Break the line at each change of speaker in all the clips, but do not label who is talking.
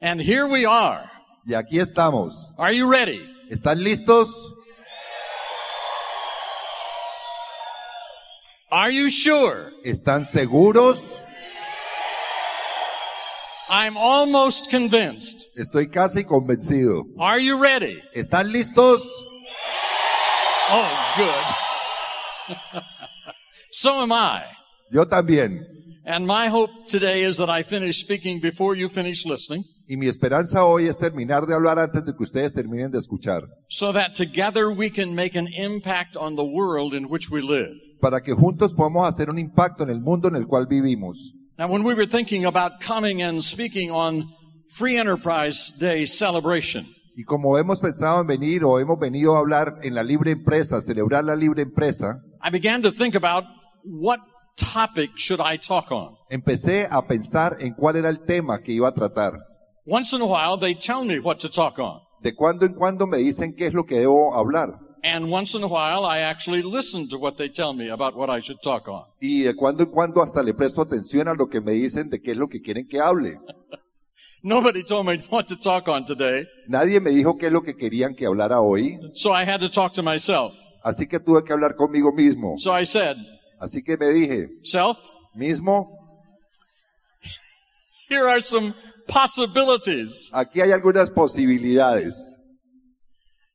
And here we are.
Y aquí estamos.
Are you ready?
¿Están listos?
Are you sure?
¿Están seguros?
I'm almost convinced.
Estoy casi convencido.
Are you ready?
¿Están listos?
Oh, good. so am I.
Yo también.
And my hope today is that I finish speaking before you finish listening,
Y mi esperanza hoy es terminar de hablar antes de que ustedes terminen de escuchar,
so that together we can make an impact on the world in which we live.
para que juntos podamos hacer un impacto en el mundo en el cual vivimos.
Now, when we were thinking about coming and speaking on Free Enterprise Day celebration,
Y como hemos pensado en venir o hemos venido a hablar en la libre empresa, celebrar la libre empresa,
I began to think about what topic should I talk on.
empecé a pensar en cuál era el tema que iba a tratar.
Once in a while, they tell me what to talk on.
De cuando en cuando me dicen qué es lo que debo hablar.
And once in a while, I actually listen to what they tell me about what I should talk on.
Y de cuando en cuando hasta le presto atención a lo que me dicen de qué es lo que quieren que hable.
Nobody told me what to talk on today,
Nadie me dijo qué es lo que querían que hablara hoy,
so I had to talk to myself.
así que tuve que hablar conmigo mismo.
So I said,
Así que me dije,
Self,
mismo,
here are some possibilities.
aquí hay algunas posibilidades.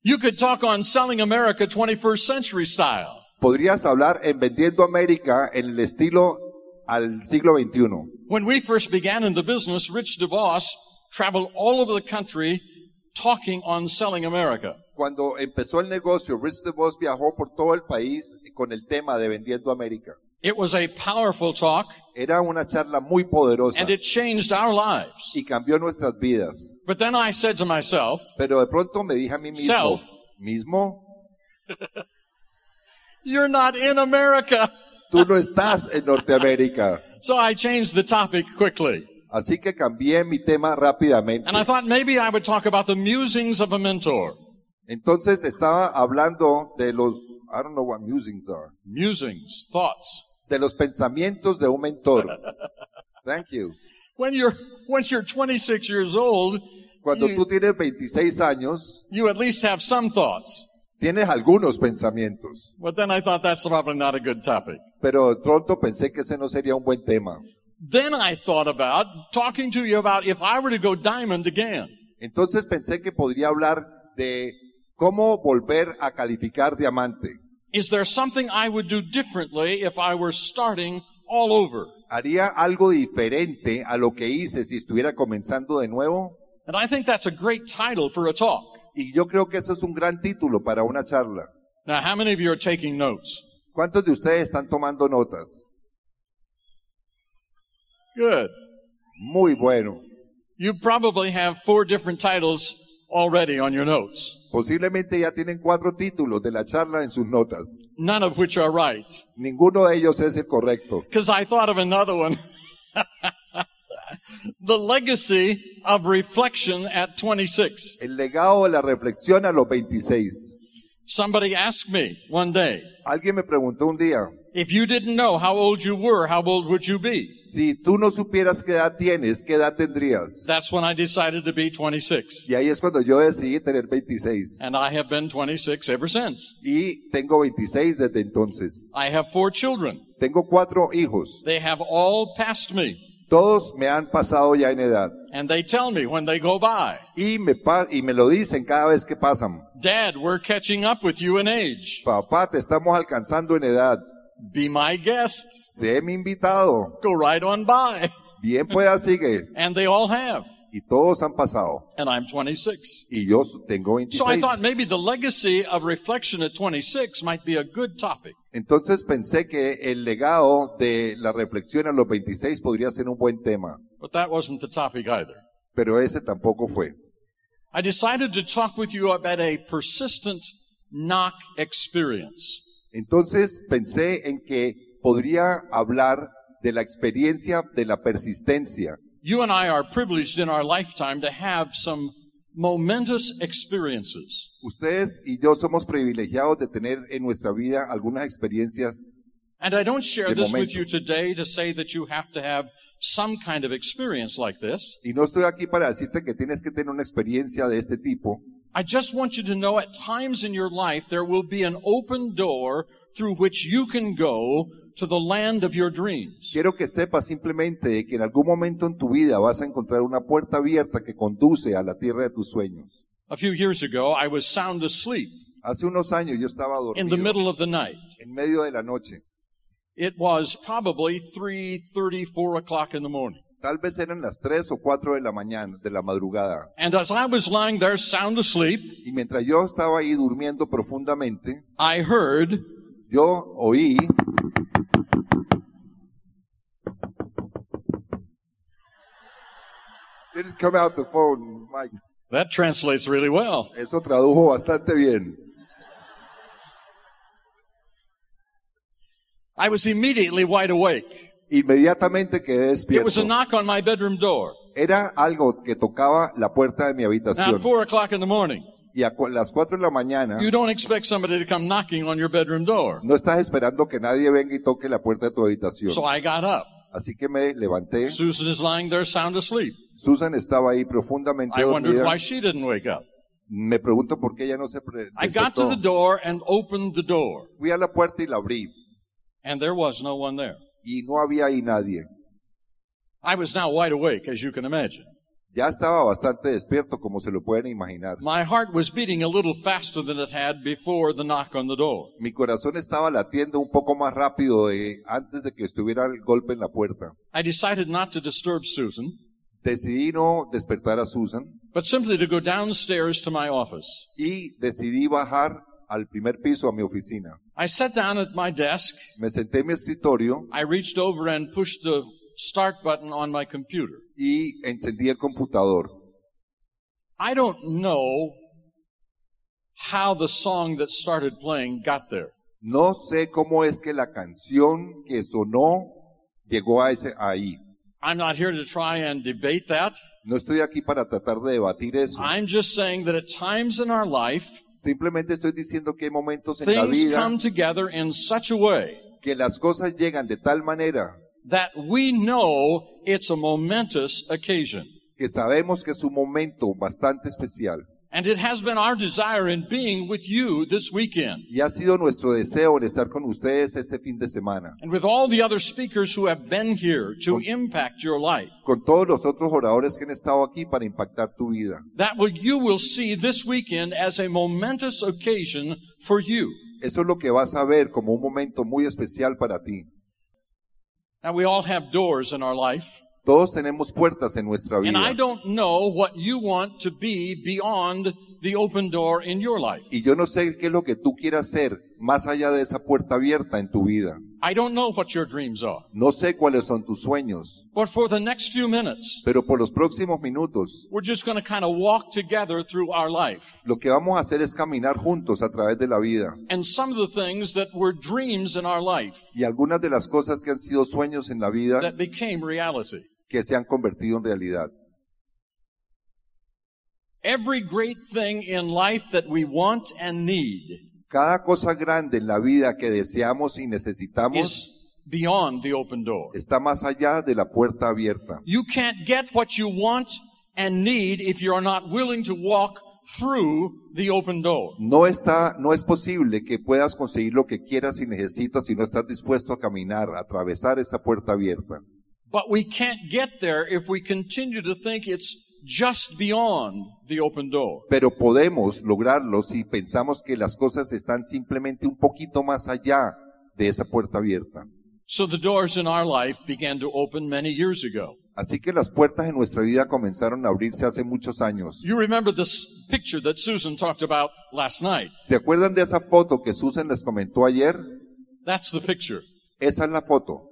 You could talk on selling America 21st century style.
Podrías hablar en Vendiendo América en el estilo al siglo XXI.
When we first began in the business, Rich DeVos traveled all over the country talking on selling America.
Cuando empezó el negocio, Rich DeVos viajó por todo el país con el tema de Vendiendo América.
It was a powerful talk
Era una charla muy poderosa
and it changed our lives.
y cambió nuestras vidas.
But then I said to myself,
Pero de pronto me dije a mí mismo,
Self.
mismo,
You're not in America.
tú no estás en Norteamérica.
So I changed the topic quickly.
Así que cambié mi tema rápidamente.
And I thought maybe I would talk about the musings of a mentor.
Entonces estaba hablando de los, I don't know what musings are,
Musings, thoughts.
de los pensamientos de un mentor. Thank you.
When you're, when you're 26 years old,
Cuando
you,
tú tienes 26 años,
you at least have some thoughts.
tienes algunos pensamientos,
But then I thought that's probably not a good topic.
pero de pronto pensé que ese no sería un buen tema.
Then I thought about talking to you about if I were to go diamond again,
Entonces pensé que podría hablar de cómo volver a calificar diamante.
is there something I would do differently if I were starting all over?
¿Haría algo diferente a lo que hice si estuviera comenzando de nuevo?
And I think that's a great title for a talk.
Y yo creo que eso es un gran título para una charla.
Now, how many of you are taking notes?
¿Cuántos de ustedes están tomando notas?
Good.
Muy bueno.
You probably have four different titles already on your notes,
Posiblemente ya tienen cuatro títulos de la charla en sus notas.
none of which are right.
Ninguno de ellos es el correcto.
Because I thought of another one. the legacy of reflection at 26.
El legado de la reflexión a los 26.
Somebody asked me one day,
Alguien me preguntó un día,
if you didn't know how old you were, how old would you be?
si tú no supieras qué edad tienes, ¿qué edad tendrías?
That's when I decided to be 26.
Y ahí es cuando yo decidí tener 26.
And I have been 26 ever since.
Y tengo 26 desde entonces.
I have four children.
Tengo cuatro hijos.
They have all passed me.
Todos me han pasado ya en edad.
And they tell me when they go by,
Y me, pa- y me lo dicen cada vez que pasan.
Dad, we're catching up with you in age.
Papá, te estamos alcanzando en edad.
Be my guest.
Sé mi invitado.
Go right on by.
Bien pueda, sigue.
And they all have.
y todos han pasado.
And I'm 26.
Y yo tengo
So I
26.
thought maybe the legacy of reflection at 26 might be a good topic.
Entonces pensé que el legado de la reflexión a los 26 podría ser un buen tema,
But that wasn't the topic either.
pero ese tampoco fue.
I decided to talk with you about a persistent knock experience.
Entonces pensé en que podría hablar de la experiencia de la persistencia.
You and I are privileged in our lifetime to have some momentous experiences.
Ustedes y yo somos privilegiados de tener en nuestra vida algunas experiencias
And I don't share
De
this with
momento.
you today to say that you have to have some kind of experience like this.
Y no estoy aquí para decirte que tienes que tener una experiencia de este tipo,
I just want you to know at times in your life there will be an open door through which you can go to the land of your dreams.
Quiero que sepas simplemente de que en algún momento en tu vida vas a encontrar una puerta abierta que conduce a la tierra de tus sueños.
A few years ago, I was sound asleep
Hace unos años yo estaba
in the
dormido
middle of the night.
en medio de la noche.
It was probably 3:30, 4 o'clock in the morning.
Tal vez eran las 3 o 4 de la mañana, de la madrugada.
And as I was lying there sound asleep,
Y mientras yo estaba ahí durmiendo profundamente,
I heard
yo oí, Did it come out the phone, Mike?
that translates really well.
Eso tradujo bastante bien.
I was immediately wide awake.
Inmediatamente quedé
It was
despierto.
a knock on my bedroom door.
Era algo que tocaba la puerta de mi
Now,
habitación.
at four o'clock in the morning,
Y a cu- las 4 de la mañana
you don't expect somebody to come knocking on your bedroom door.
no estás esperando que nadie venga y toque la puerta de tu habitación.
So I got up.
Así que me levanté.
Susan is lying there sound asleep.
Susan estaba ahí profundamente
I wondered
dormida.
why she didn't wake up.
Me pregunto por qué ella no se pre-
I got to
despertó.
the door and opened the door,
Fui a la puerta y la abrí.
and there was no one there.
Y no había ahí nadie.
I was now wide awake, as you can imagine.
Ya estaba bastante despierto, como se lo pueden imaginar.
My heart was beating a little faster than it had before the knock on the door.
Mi corazón estaba latiendo un poco más rápido de antes de que estuviera el golpe en la puerta.
I decided not to disturb Susan,
Decidí no despertar a Susan
but simply to go downstairs to my office.
y decidí bajar al primer piso a mi oficina.
I sat down at my desk.
Me senté en mi escritorio
I reached over and pushed the start button on my computer.
y encendí el computador.
I don't know how the song that started playing got there.
No sé cómo es que la canción que sonó llegó a ese ahí.
I'm not here to try and debate that.
No estoy aquí para tratar de debatir eso.
I'm just saying that at times in our life,
Simplemente estoy diciendo que hay momentos en la
things
vida
come together in such a way
que las cosas llegan de tal manera
that we know it's a momentous occasion.
que sabemos que es un momento bastante especial.
And it has been our desire in being with you this weekend
Y ha sido nuestro deseo el estar con ustedes este fin de semana,
and with all the other speakers who have been here to impact your life.
con todos los otros oradores que han estado aquí para impactar tu vida.
That will, you will see this weekend as a momentous occasion for you.
Eso es lo que vas a ver como un momento muy especial para ti.
Now we all have doors in our life.
Todos tenemos puertas en nuestra
And I
vida.
don't know what you want to be beyond the open door in your life.
Y yo no sé qué es lo que tú quieras hacer más allá de esa puerta abierta en tu vida.
I don't know what your dreams are.
No sé cuáles son tus sueños,
But for the next few minutes,
pero por los próximos minutos
we're just going to kind of walk together through our life.
lo que vamos a hacer es caminar juntos a través de la vida.
And some of the things that were dreams in our life
Y algunas de las cosas que han sido sueños en la vida
that became reality.
que se han convertido en realidad.
Every great thing in life that we want and need
Cada cosa grande en la vida que deseamos y necesitamos
is beyond the open door.
está más allá de la puerta abierta.
You can't get what you want and need if you are not willing to walk through the open door.
No está, no es posible que puedas conseguir lo que quieras y necesitas si no estás dispuesto a caminar, a atravesar esa puerta abierta.
But we can't get there if we continue to think it's just beyond the open door.
Pero podemos lograrlo si pensamos que las cosas están simplemente un poquito más allá de esa puerta abierta.
So the doors in our life began to open many years ago.
Así que las puertas en nuestra vida comenzaron a abrirse hace muchos años.
You remember this picture that Susan talked about last night?
¿Se acuerdan de esa foto que Susan les comentó ayer?
That's the picture.
Esa es la foto.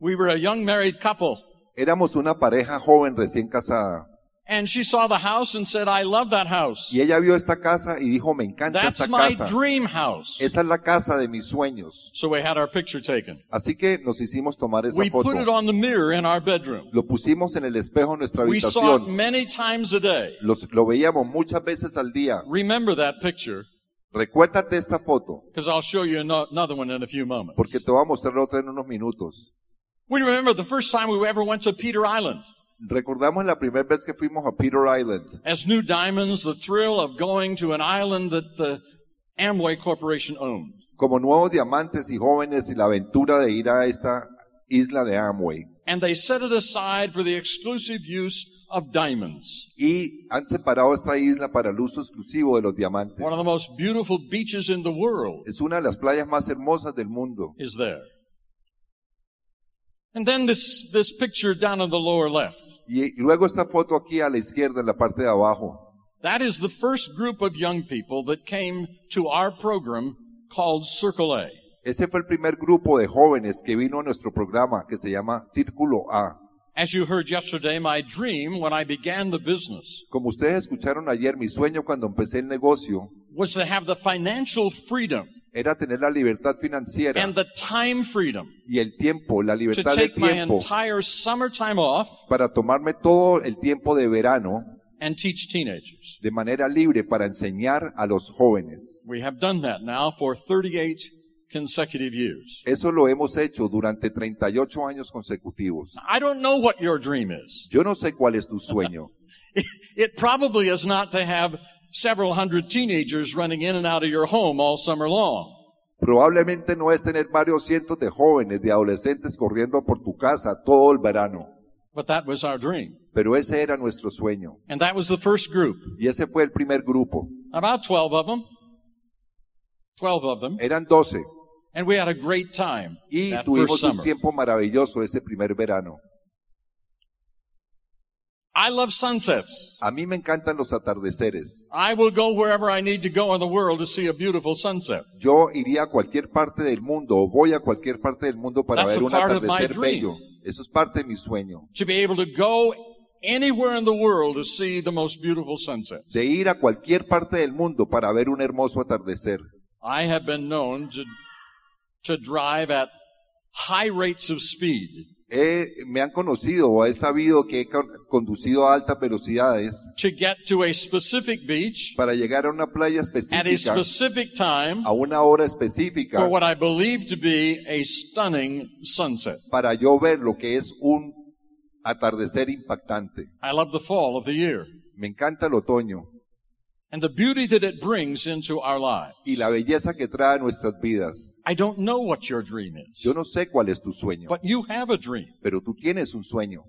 We were a young married couple,
Éramos una pareja joven recién casada
and she saw the house and said, I love that house.
y ella vio esta casa y dijo, me encanta
That's
esta
my
casa.
dream house.
Esa es la casa de mis sueños.
So we had our picture taken.
Así que nos hicimos tomar esa
We put it
foto.
on the mirror in our bedroom.
Lo pusimos en el espejo de nuestra
We saw it
habitación.
many times a day.
Los- lo veíamos muchas veces al día.
Remember that picture,
Recuérdate esta foto
because I'll show you ano- another one in a few moments.
porque te voy a mostrar otra en unos minutos.
We remember the first time we ever went to Peter Island.
Recordamos la primera vez que fuimos a Peter Island.
As new diamonds, the thrill of going to an island that the Amway Corporation owned.
Como nuevos diamantes y jóvenes y la aventura de ir a esta isla de Amway.
And they set it aside for the exclusive use of diamonds.
Y han separado esta isla para el uso exclusivo de los diamantes.
One of the most beautiful beaches in the world
Es una de las playas más hermosas del mundo.
is there. And then this, this picture down in the lower left.
Y luego esta foto aquí a la izquierda, en la parte de abajo.
That is the first group of young people that came to our program called Circle A.
Ese fue el primer grupo de jóvenes que vino a nuestro programa que se llama Círculo A.
As you heard yesterday, my dream when I began the business
Como ustedes escucharon ayer, mi sueño cuando empecé el negocio
was to have the financial freedom
era tener la libertad financiera
and the time freedom
y el tiempo, la
to
libertad de
take my
tiempo
entire summertime off
para tomarme todo el tiempo de verano
and teach teenagers.
de manera libre para enseñar a los jóvenes.
We have done that now for 38 consecutive years.
Eso lo hemos hecho durante 38 años consecutivos.
I don't know what your dream is.
Yo no sé cuál es tu sueño.
It probably is not to have several hundred teenagers running in and out of your home all summer long.
Probablemente no es tener varios cientos de jóvenes, de adolescentes corriendo por tu casa todo el verano,
But that was our dream.
pero ese era nuestro sueño.
And that was the first group.
Y ese fue el primer grupo.
About 12 of them. 12 of them.
Eran 12
And we had a great time
y
that first
tuvimos un
summer.
tiempo maravilloso ese primer verano.
I love sunsets.
A mí me encantan los atardeceres.
I will go wherever I need to go in the world to see a beautiful sunset.
Yo iría a cualquier parte del mundo o voy a cualquier parte del mundo para
That's
ver
a
un
part of
atardecer
my dream.
bello. Eso es parte de mi sueño.
To be able to go anywhere in the world to see the most beautiful sunset.
De ir a cualquier parte del mundo para ver un hermoso atardecer.
I have been known to, to drive at high rates of speed
He- me han conocido o he sabido que he con- conducido a altas velocidades
to get to a specific beach
para llegar a una playa
at a
específica
specific time
a una
for
hora específica
what I believe to be a stunning sunset.
para yo ver lo que es un atardecer impactante.
I love the fall of the year
Me encanta el otoño
and the beauty that it brings into our lives.
y la belleza que trae a nuestras vidas.
I don't know what your dream is,
Yo no sé cuál es tu sueño,
but you have a dream.
pero tú tienes un sueño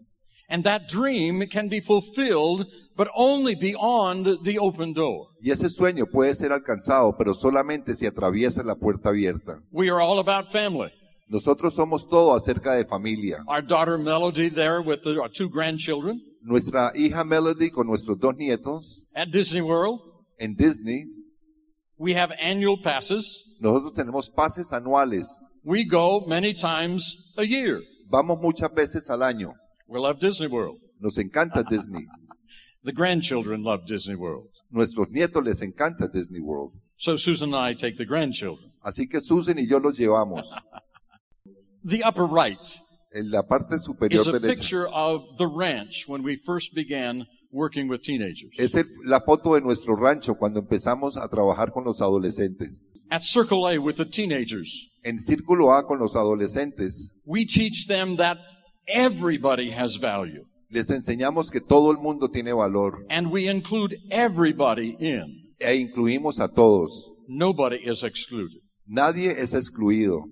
And that dream can be fulfilled, but only beyond the open door.
y ese sueño puede ser alcanzado, pero solamente si atraviesas la puerta abierta.
We are all about family.
Nosotros somos todo acerca de familia.
Our daughter Melody there with the, our two grandchildren
Nuestra hija Melody con nuestros dos nietos
at Disney World.
en Disney,
We have annual passes.
nosotros tenemos pases anuales.
We go many times a year.
Vamos muchas veces al año.
We love Disney World.
Nos encanta Disney.
The grandchildren love Disney World.
Nuestros nietos les encanta Disney World.
So Susan and I take the grandchildren.
Así que Susan y yo los llevamos.
The upper right
En la parte superior
is a
derecha
picture of the ranch when we first began working with teenagers.
es el- la foto de nuestro rancho cuando empezamos a trabajar con los adolescentes.
At Circle A with the teenagers,
En Círculo A con los adolescentes
we teach them that everybody has value
les enseñamos que todo el mundo tiene valor
and we include everybody in.
e incluimos a todos.
Nobody is excluded.
Nadie es excluido.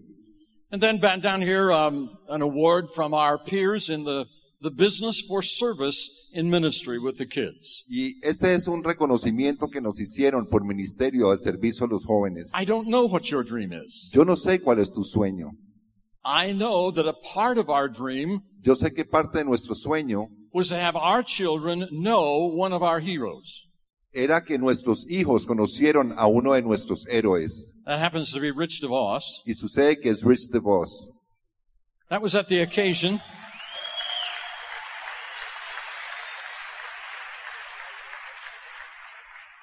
And then back down here, um, an award from our peers in the, the business for service in ministry with the kids.
Y este es un reconocimiento que nos hicieron por Ministerio al Servicio a los Jóvenes.
I don't know what your dream is.
Yo no sé cuál es tu sueño.
I know that a part of our dream
Yo sé que parte de nuestro sueño
was to have our children know one of our heroes.
era que nuestros hijos conocieron a uno de nuestros héroes.
That happens to be Rich DeVos.
Y sucede que es Rich DeVos.
That was at the occasion.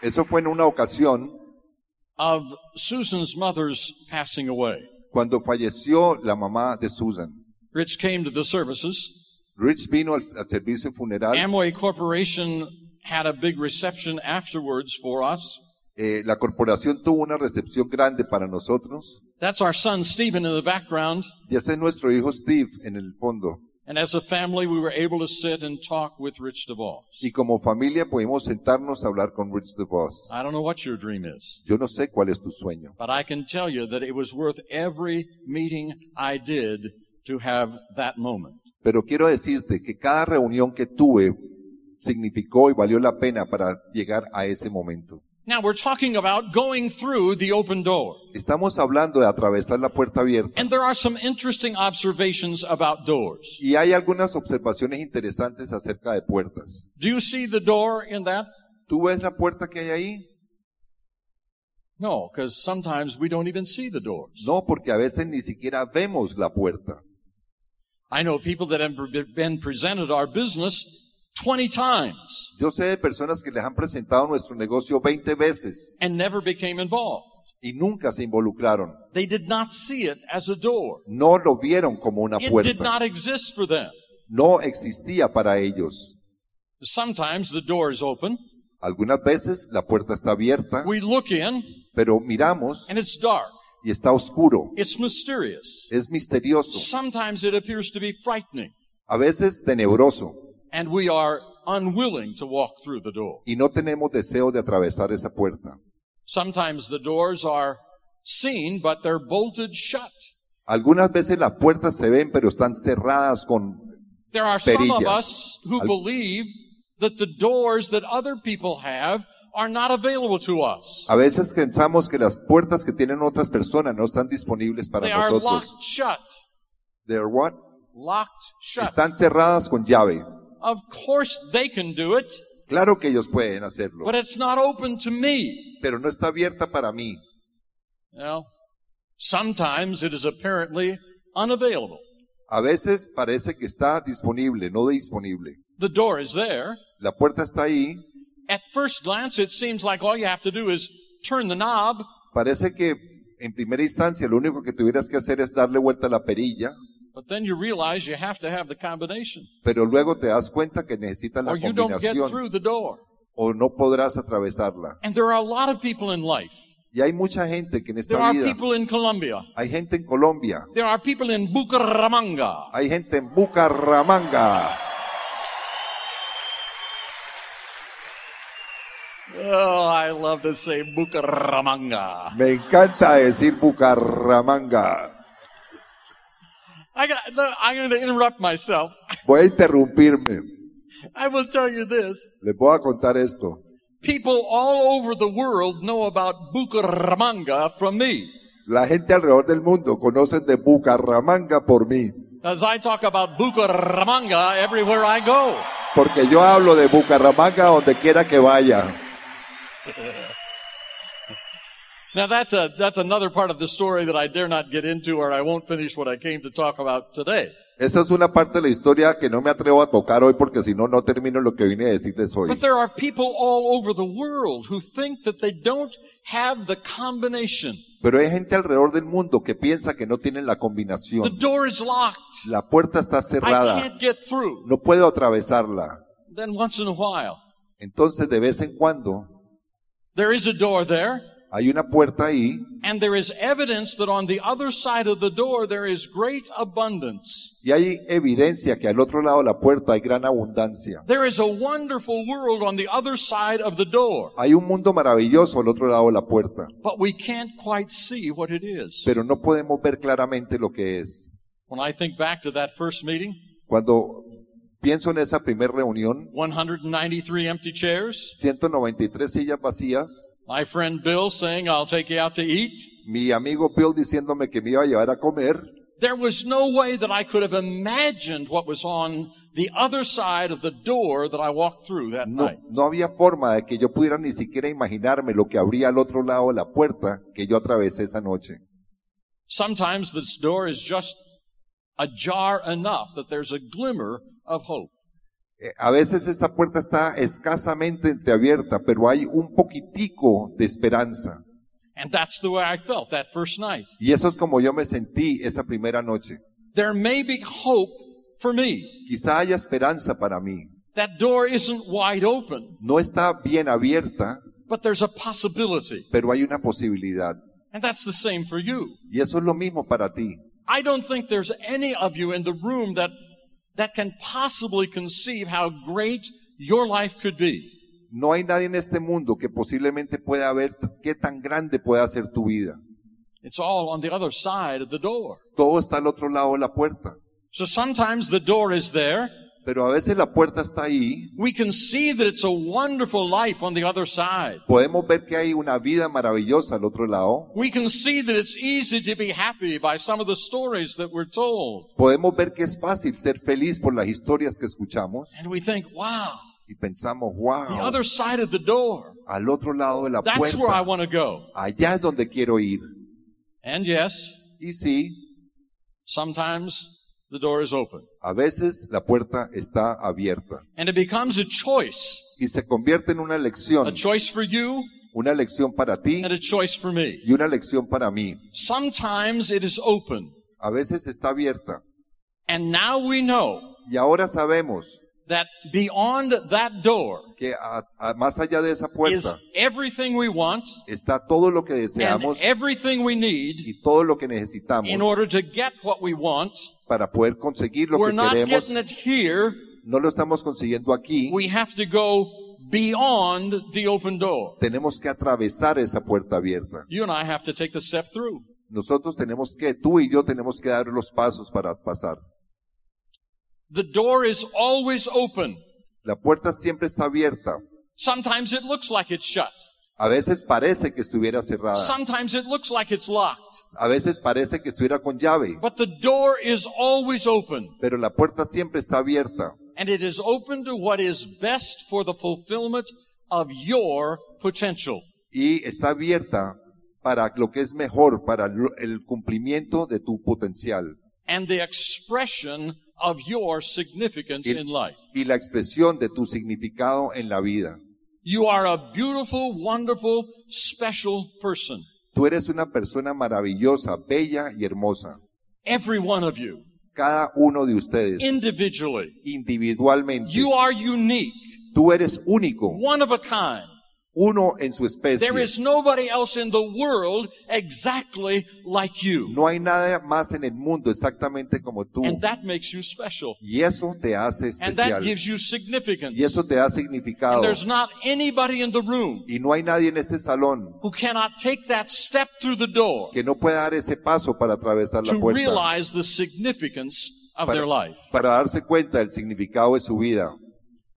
Eso fue en una ocasión
of Susan's mother's passing away.
cuando falleció la mamá de Susan.
Rich came to the services.
Rich vino al, al servicio funeral.
Amway Corporation had a big reception afterwards for us.
Eh, la corporación tuvo una recepción grande para nosotros.
That's our son Stephen in the background.
Y ese es nuestro hijo Steve en el fondo.
And as a family, we were able to sit and talk with Rich DeVos.
Y como familia pudimos sentarnos a hablar con Rich DeVos.
I don't know what your dream is,
Yo no sé cuál es tu sueño,
but I can tell you that it was worth every meeting I did to have that moment.
pero quiero decirte que cada reunión que tuve significó y valió la pena para llegar a ese momento.
Now we're talking about going through the open door.
Estamos hablando de atravesar la puerta abierta
And there are some interesting observations about doors.
y hay algunas observaciones interesantes acerca de puertas.
Do you see the door in that?
¿Tú ves la puerta que hay ahí?
No, because sometimes we don't even see the doors.
No, porque a veces ni siquiera vemos la puerta.
I know people that have been presented our business 20 times
Yo sé de personas que les han presentado nuestro negocio 20 veces
and never became involved.
y nunca se involucraron.
They did not see it as a door.
No lo vieron como una
It did
puerta.
not exist for them.
No existía para ellos.
Sometimes the door is open.
Algunas veces la puerta está abierta,
We look in
pero miramos
and it's dark.
y está oscuro.
It's mysterious.
Es misterioso,
Sometimes it appears to be frightening
a veces tenebroso,
and we are unwilling to walk through the door.
y no tenemos deseo de atravesar esa puerta.
Sometimes the doors are seen, but they're bolted shut.
Algunas veces las puertas se ven, pero están cerradas con...
There are some of
Perilla.
us who
Al-
believe that the doors that other people have are not available to us.
A veces pensamos que las puertas que tienen otras personas no están disponibles para
They are
nosotros.
locked shut.
They're what?
Locked shut.
Están cerradas con llave.
Of course they can do it,
Claro que ellos pueden hacerlo,
but it's not open to me.
pero no está abierta para mí.
Well, sometimes it is apparently unavailable.
A veces parece que está disponible, no disponible.
The door is there.
La puerta está ahí,
At first glance, it seems like all you have to do is turn the knob
Parece que en primera instancia lo único que tuvieras que hacer es darle vuelta a la perilla,
But then you realize you have to have the combination,
pero luego te das cuenta que necesitas la
or you don't get
combinación
through the door.
o no podrás atravesarla.
And there are a lot of people in life.
Y hay mucha gente que en
There
esta
are
vida,
people in Colombia.
hay gente en Colombia,
There are people in Bucaramanga.
hay gente en Bucaramanga,
Oh, I love to say Bucaramanga.
me encanta decir Bucaramanga.
I got, no, I'm going to interrupt myself.
Voy a interrumpirme,
I will tell you this.
les voy a contar esto.
People all over the world know about Bucaramanga from me.
La gente alrededor del mundo conocen de Bucaramanga por mí,
As I talk about Bucaramanga everywhere I go.
porque yo hablo de Bucaramanga donde quiera que vaya.
Now that's a that's another part of the story that I dare not get into, or I won't finish what I came to talk about today.
Esa es una parte de la historia que no me atrevo a tocar hoy porque si no, no termino lo que vine a decirles hoy.
But there are people all over the world who think that they don't have the combination.
Pero hay gente alrededor del mundo que piensa que no tienen la
The
combinación.
door is locked.
La puerta está
I
cerrada.
can't get through.
No puedo atravesarla.
Then once in a while,
Entonces, de vez en cuando,
there is a door there,
hay una puerta ahí
and there is evidence that on the other side of the door there is great abundance.
y hay evidencia que al otro lado de la puerta hay gran abundancia.
There is a wonderful world on the other side of the door,
Hay un mundo maravilloso al otro lado de la puerta,
but we can't quite see what it is.
pero no podemos ver claramente lo que es.
When I think back to that first meeting,
Cuando pienso en esa primera reunión,
193 empty chairs.
193 sillas vacías,
My friend Bill saying, I'll take you out to eat.
mi amigo Bill diciéndome que me iba a llevar a comer,
There was no way that I could have imagined what was on the other side of the door that I walked through that
no,
night.
no había forma de que yo pudiera ni siquiera imaginarme lo que habría al otro lado de la puerta que yo atravesé esa noche.
Sometimes this door is just ajar enough that there's a glimmer of hope.
Eh, A veces esta puerta está escasamente entreabierta, pero hay un poquitico de esperanza.
And that's the way I felt that first night.
Y eso es como yo me sentí esa primera noche.
There may be hope for me.
Quizá haya esperanza para mí.
That door isn't wide open,
No está bien abierta,
but there's a possibility.
pero hay una posibilidad.
And that's the same for you.
Y eso es lo mismo para ti.
I don't think there's any of you in the room that, that can possibly conceive how great your life could be.
No hay nadie en este mundo que posiblemente pueda ver qué tan grande pueda ser tu vida.
It's all on the other side of the door.
Todo está al otro lado de la puerta.
So sometimes the door is there.
Pero a veces la puerta está ahí.
We can see that it's a wonderful life on the other side.
Podemos ver que hay una vida maravillosa al otro lado.
We can see that it's easy to be happy by some of the stories that we're told.
Podemos ver que es fácil ser feliz por las historias que escuchamos.
And we think, wow,
Y pensamos,
the
wow,
other side of the door.
al otro lado de la
That's where I
puerta.
want to go.
Allá es donde quiero ir.
And yes,
Y sí,
sometimes the door is open.
a veces la puerta está abierta.
And it becomes a choice.
Y se convierte en una
A
elección.
choice for you
Una elección para ti
and a choice for me.
y una elección para mí.
Sometimes it is open.
A veces está abierta.
And now we know
Y ahora sabemos
that beyond that door
que a- a- más allá de esa
is
puerta
everything we want
está todo lo que
and
deseamos
everything we need
y todo lo que
in
necesitamos
order to get what we want.
para poder conseguir lo
We're
que
not
queremos.
getting it here.
No lo estamos consiguiendo aquí.
We have to go beyond the open door.
Tenemos que atravesar esa puerta abierta.
You and I have to take the step through.
Nosotros tenemos que, tú y yo tenemos que dar los pasos para pasar.
The door is always open.
La puerta siempre está abierta.
Sometimes it looks like it's shut.
A veces parece que estuviera cerrada.
Sometimes it looks like it's locked.
A veces parece que estuviera con llave.
But the door is always open.
Pero la puerta siempre está abierta.
and it is open to what is best for the fulfillment of your potential.
y está abierta para lo que es mejor, para lo- el cumplimiento de tu potencial
and the expression of your significance
It-
in life.
y la expresión de tu significado en la vida.
You are a beautiful, wonderful, special person.
Tú eres una persona maravillosa, bella y hermosa.
Every one of you,
Cada uno de ustedes,
individually.
individualmente,
You are unique,
tú eres único,
one of a kind.
uno en su especie.
There is nobody else in the world exactly like you.
No hay nada más en el mundo exactamente como tú.
And that makes you special.
Y eso te hace
And that
especial.
gives you significance.
Y eso te da
And
significado.
there's not anybody in the room
Y no hay nadie en este salón
who cannot take that step through the door
que no pueda dar ese paso para atravesar la
to
puerta.
realize the significance of their life.
para darse cuenta del significado de su vida.